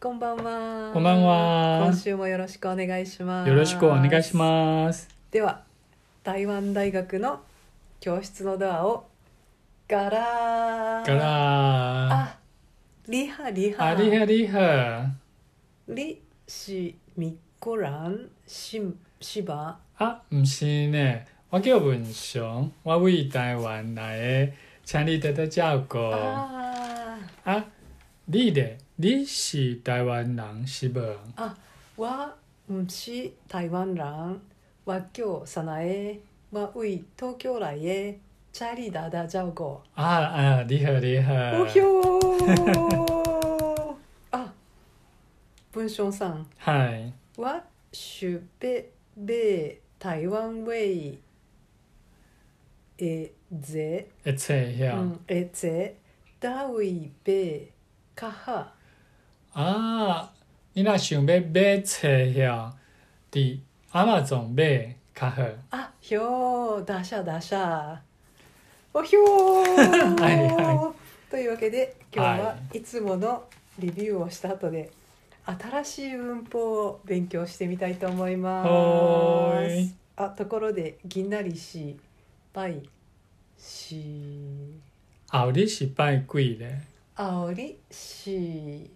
こんばんは。こんばんは今週もよろしくお願いします。よろしくお願いします。す。では、台湾大学の教室のドアをガラー。ガラー。あ、リハリハ。ありはりは。リシミコランシンシバ。あ、唔是呢。我叫文雄，我为台湾来的，请你多多照顾。あ啊，你的你是台湾人是不？ー。わ、んし台湾ラン。わきょうさなえ。わうい東京来へ。チャリダダジャオゴ。啊啊，你好你好。おひょーあ文章さん嗨，はしゅべべ台湾ウェイえぜ、一切う呀。ん、えぜだういべかは啊，你若想要买册呀，伫 Amazon 买较好。あひょーだしゃだしゃおひょー はいはというわけで今日はははいつものレビューをした後で新しい文法を勉強してみたいと思います。はーいあところでぎんなりしばいし后日是拜几咧？あおりし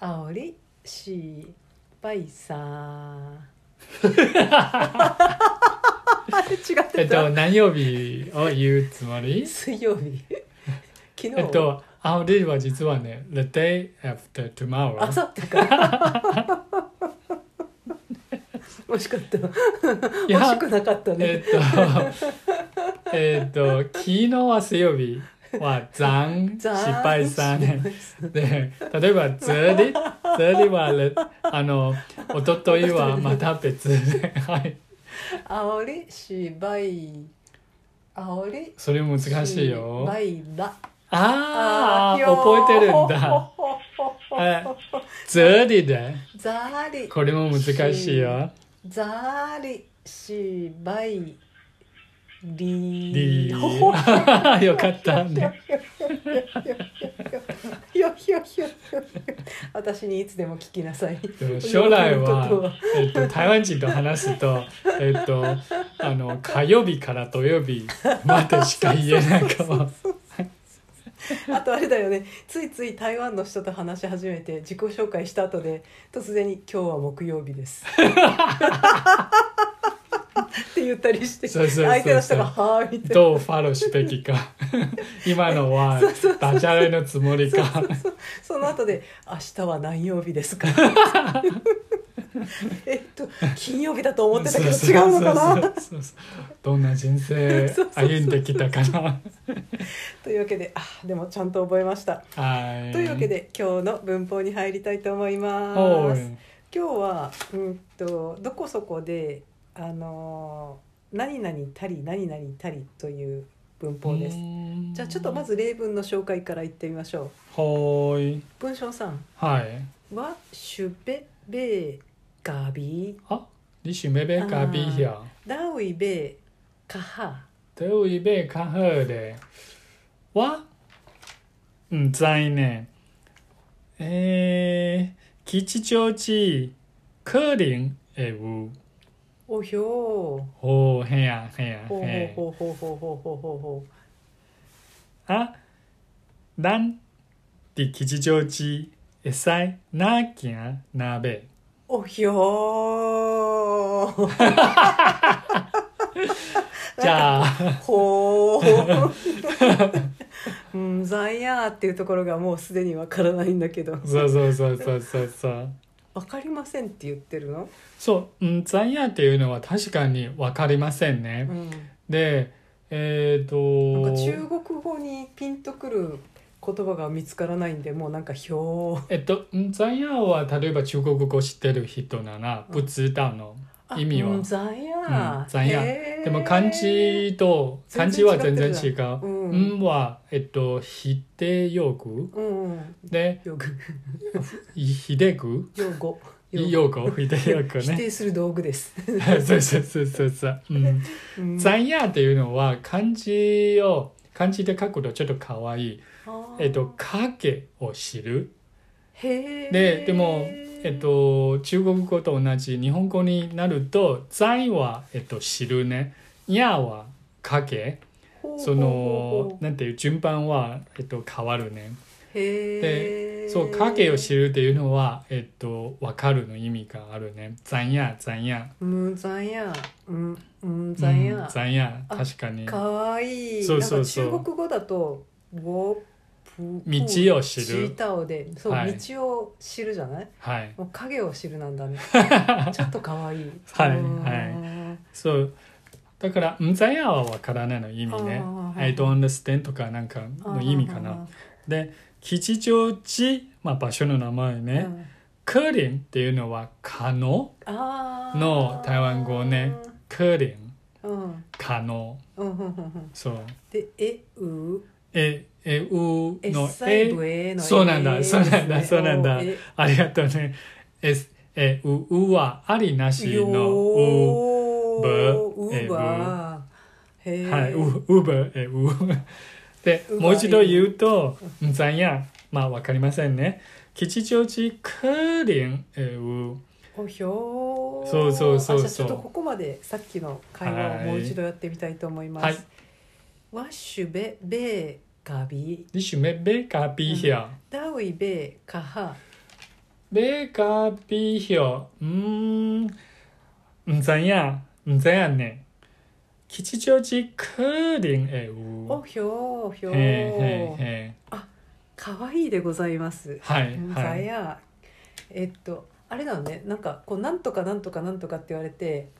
あおりしばいさん。 あ れ違っえてったと、。何曜日を言うつもり水曜日 昨日えっと、あ、では実はね、the day after あ tomorrow。さってか 惜しかったい惜しや、くなかったねえっと、 えっと、昨日は水曜日は残失ざーん敗さね。で、例えば、ずり、ずりはね、あの、おとといはまた別で、はい。あおり芝居あおりそれ難しいよ。芝居だあーあ、覚えてるんほだ。ほほほはいずりで。ざーりこれも難しいよ。ざーり芝居りりほほよかったね。ひょひょひょひょ私にいつでも聞きなさいでも将来このことは、えっと、台湾人と話すと、えっと、あの火曜日から土曜日までしか言えないかも。あとあれだよねついつい台湾の人と話し始めて自己紹介した後で突然に「今日は木曜日です」って言ったりしてそうそうそうそう相手の人が「はーみたいな。どうファローすべ きか。今のはダジャレのつもりか。その後で「明日は何曜日ですか? 」えっと金曜日だと思ってたけど違うのかなそうそうそうそうどんな人生歩んできたかな。というわけであでもちゃんと覚えました。はい。というわけで今日の文法に入りたいと思いまはす。い。今日は、うん、とどこそこで、あのー何々たり何々たりという文法です。じゃあちょっとまずず。例文の紹介から言ってみましょはい。う。文章さんはい。はシュベベガビあ、你想要买咖啡呀？ダウイベカハ倒位买较好咧？我毋知呢。诶、去即少子可能会有。おひょ哦，嘿啊，嘿啊，うほ嘿う。ほうほうほうほうほうほうほう啊，咱伫去即少子会使哪行 哪买。おひょう じゃあ，ほう。うん、ざんやーっていうところがもうすでにわからないんだけど。そうそうそうそうそうそう。わかりませんって言ってるの。そう、うん、知影っていうのは確かに分かりませんうね。ん、で、えっ、と。なんか中国語にピンとくる言葉が見つからないんで、もうなんかひょー。えっと、んざんやは例えば中国語知ってる人なら、うん不知道の。あ意味はうんざんやうんー。ざんやへーでも漢。字と、漢全字然違はってる全な然違うう。。うんんは、えっと、ひでよく。うん。うんで、よく。ひでく。用語。よく、ひでよく 否ね。定する道具です。 そうそうそうそうそう。うん。うんざんやっていうのは、漢字を、漢字で書くとちょっと可愛い。えっと、。影を知る。あーへえででもえっと、中国語と同じ日本語になると「在」は、えっと、知るね「にゃ」はかけほうほうほうほうそのなんていう順番は、えっと、変わるねへえそうかけを知るっていうのは、えっと、わかるの意味があるね「ざんや」「ざんや」むざんやうんうん「ざんや、ざんや」あ確かにかわいいそうそうそうなんか中国語だと「道道を知るでそう、はい道を知るじゃないはいもう影を知るなんだ ねちょっとかわいいはいうんそうだから「んざんや」はわからないの意味ねあ「ー I don't understand」とかなんかの意味かなで吉祥寺、まあ、場所の名前ね、うん可憐っていうのは可能あーの台湾語ね可憐うん可能うんうんうんうんそうで「えう」ええう「えっのさいえぶえ」の「え」そうなんだそうなんだですねそうなんだおえありがとうねええううはありなしのうよぶーえぶばへーはい、ううぶえう でうばもう一度言うとんざんやまあわかりませんね吉祥寺可憐えうおひょーそうそうそうそうあじゃあちょっとここまでさっきの会話をもう一度やってみたいと思います。はいワッシュベベガビ你是咩べかびひょダウイベカハべかびひょうーんんざんやんざんやね吉祥寺可憐えおうひょーおひょへえーへえかわいいでございます。はいはざいやえっとあれだよねなんかこうなんとかなんとかなんとかって言われて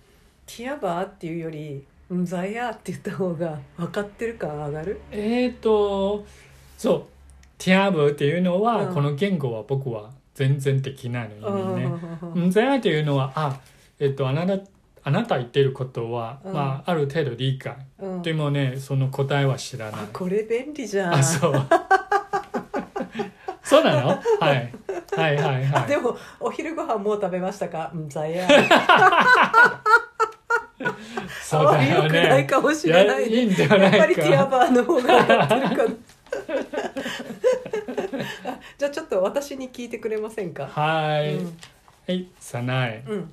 キヤバーっていうよりんざやって言った方が分かってる感上がる。えっとそうティアブっていうのは、うんこの言語は僕は全然できないの意味ねうんんざんやっていうのはあえっとあなたあなた言ってることは、うんまあある程度理解うんでもねその答えは知らないあこれ便利じゃん。あ、そう。 そうなの？はい、はい、はい、あではもお昼ご飯もう食べましたか？うんざや。い。そうだよくないね。かもしれないいね。いんじゃやっぱないりティアか。バーの方がやってるかな。 あじゃあちょっと私に聞いてくれませんか？はい、うんはい、さない。うん。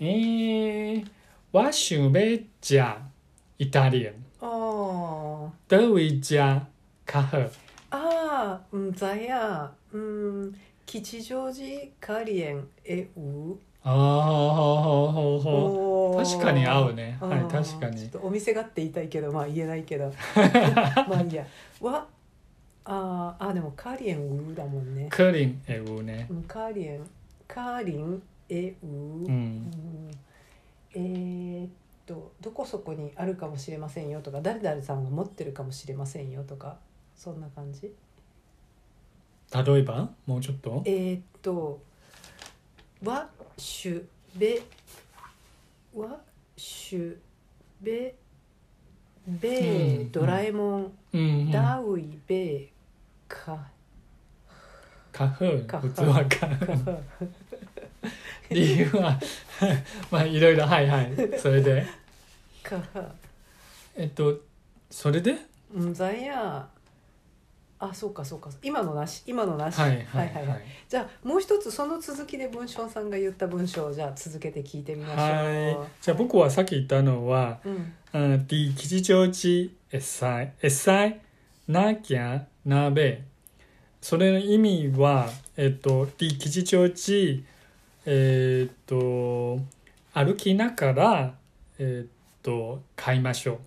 えー、我想要食イタリアン。ああ。どうい食カフェ。ああ、うんざや。うん。吉祥寺カリエンえう。ああ、ほうほうほうほうおー確かに合うねはいあー確かにちょっとお店がって言いたいけどまあ言えないけ どまあいいやわあーあーでもカーリエンウーだもんねクリンえうね。うんカーリエンカーリンエウー、う。うんんえーっとどこそこにあるかもしれませんよとか誰々さんが持ってるかもしれませんよとかそんな感じ例えばもうちょっとえ。ーっとわしゅべわしゅべうべんドラえもんうん、うん。ダウイベかカフェ。カフ器カフェ。理由は まあいろいろはいはいそれでかえっとそれでんざやあそうかそうか今のなし今のなしはいはいはいはいじゃあもう一つその続きで文章さんが言った文章をじゃあ続けて聞いてみましょうはいじゃあ僕はさっき言ったのはうん「うん、で吉祥寺エサイエサイなきゃなべ」それの意味はえっと「で吉祥寺えっと歩きながらえっと買いましょ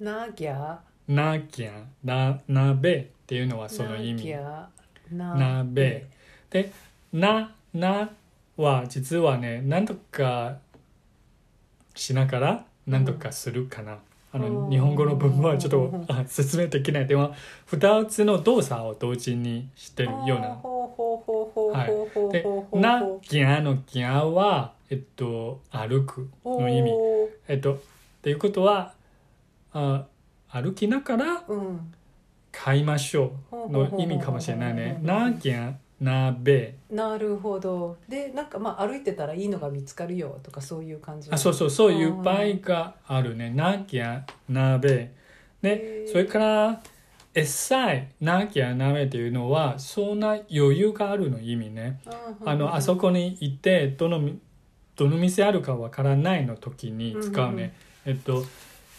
なぎゃう」「なきゃななべ」っていうのはそのな意味ぎ。ゃななべで、な、なは実はね、なんとかしながら、なんとかするかな。あうの、ん日本語の文はちょっうとんあ説明できない。でも、二つの動作を同時にしてるようあーな。ほうほうほうほうほうほうでほう、ほうな、ぎゃのぎゃは、えっと、歩くの意味。おーえっと、っていうことは、あ歩きながらうん買いましょうの意味かもしれないね。なぎゃ、なべ。なるほどでなんかまあ歩いてたらいいのが見つかるよとかそういう感じあそううそうそういう場合があるね。なきゃなべ。へでーそれからえっさえなきゃなめっていうのはそんな余裕があるの意味ね。あのあそこに行ってどのみどの店あるかわからないの時に使うね。えっと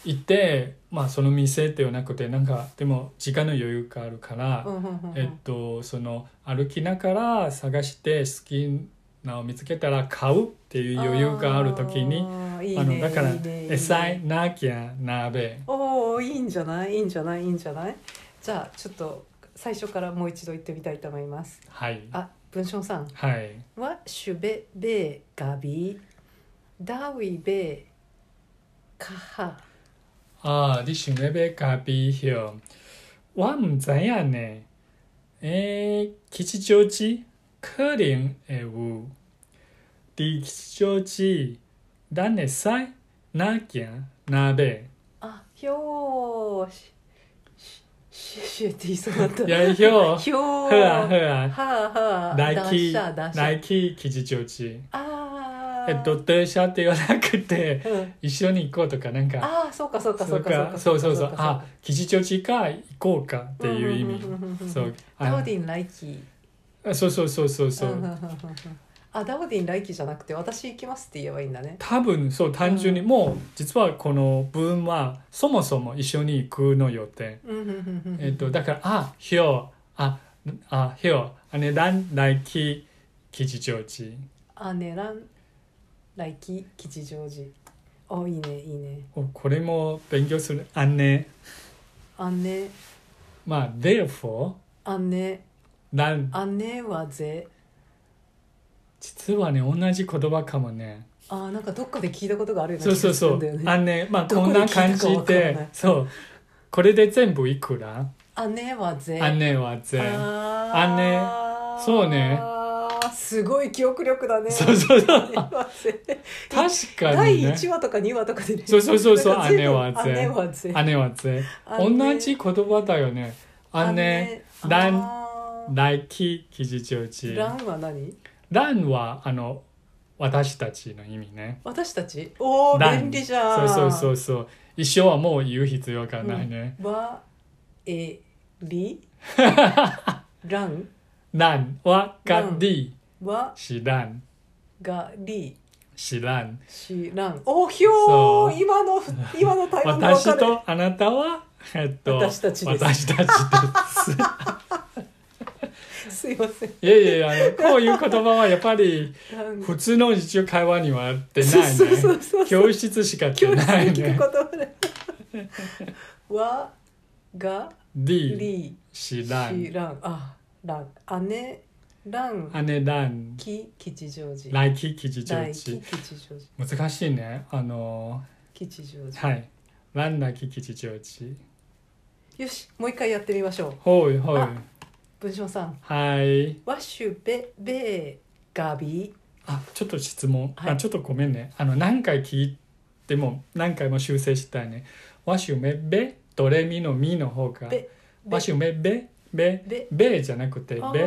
行ってまあその店ではなくてなんかでも時間の余裕があるから、うんうんうんうんえっとその歩きながら探して好きなを見つけたら買うっていう余裕がある時にあーいいねあのだからいいねいいねえっさえなきゃなべ。おおいいんじゃないいいんじゃないいいんじゃないじゃあちょっと最初からもう一度言ってみたいと思いますはいあ文章さんはい。はシュベベガビダウィベカハ啊，你想要买咖啡哟？我毋知影呢。诶、其实少子可能会有。伫少子，咱会使哪行哪买。あひょーししししって言いそうだった也有，好ひょー啊好啊，はあはあ来だ去しゃだしゃ来去其实少子。あーえっと、電車ではなくて、うん一緒に行こうとかなんか。あーそうかそうかそそううかか、そうそうそう、あ、吉祥寺か行こうかっていう意んんんん味。んそう、ダオあディン来期あそうそうそうそうそうんうんうんうう。んあダオディン来期じゃなくて私行きますって言えばいいんだね多分そう単純にもう実はこの文はそもそも一緒に行くの予定、うんうんうんうんえっとだからあ今日ああ今日ね来来期吉祥寺あねらん来期吉祥寺おいいねいいねおこれも勉強するあねあねまあ therefore あねなんあねはぜ実はね同じ言葉かもねあーなんかどっかで聞いたことがあるようそうな気そうがするんそだようねあねまあどここんでな聞いたか感じわかんなでいそうこれで全部いくらあねはぜあねは全あ姉そうねすごい記憶力だねそうそうそう姉はぜ確かに第ね1話とか2話とかでねそうそうそうそうなんか随分姉はぜ姉はぜ姉はぜ同じ言葉だよね。姉、ランン来期、吉祥ラ寺。ンは何ランは、あの、私たちの意味ね。私たちおおラン便利じゃんそうそうそうそう。一生はもう言う必要がないね。わえ りランランは、ラがンり、は知らん、がり知らん。しランおひょそーう今 の今の台湾語わか私るとあなたは、えっと、私たちです私たちです。すいませんいやいやいや、あのこういう言葉はやっぱり、ラン普通の日常会話には合ってないそうそうそね。うそう教室しか合って教室なでい聞く。言ね葉でわがり、り知しらラん。ンあラン姉ラン姉団き吉祥寺来期吉祥来吉寺吉祥寺難しいねあの吉祥ー寺はいラン来期吉祥寺よしもう一回やってみましょうほいほいあ文章さんはいワッシュベベガビあちょっと質問、はあいちょっとごめんねあの何回聞いても何回も修正したいねわしゅめべドレミのみの方がべわしゅめべべべべじゃなくてあべ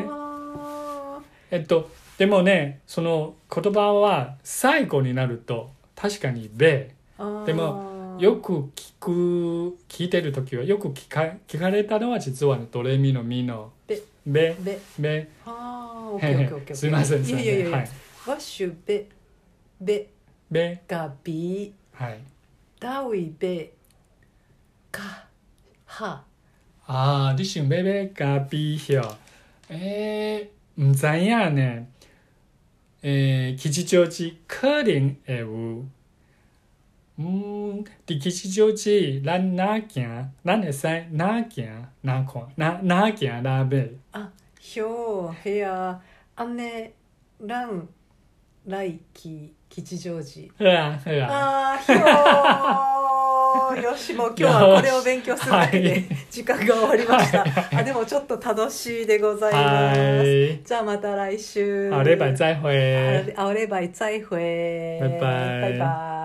えっとでもねその言葉は最後になると確かにべーでもよく聞く聞いてる時はよく聞か聞かれたのは実はねドレミのミのべべべべ あーオッケーオッケーオッケーオッケーへすいませんいすいやまいやせいんやはワいッシュベベべガビはいダウイベカハあ啊あ、你想要买咖啡哟？诶、唔知影呢。诶、吉祥寺可能会有。嗯，伫吉祥寺，咱哪行，咱会使哪行哪看，哪哪行哪买。あひょうへやあねらん来き吉祥寺好啊，好啊。あーひょーよしもう今日はこれを勉強するだけよでし時間が終わりました、あでもちょっと楽しいでございます、はいじゃあまた来週好嘞，拜再あ会。れあればい再会バイバイバイバイ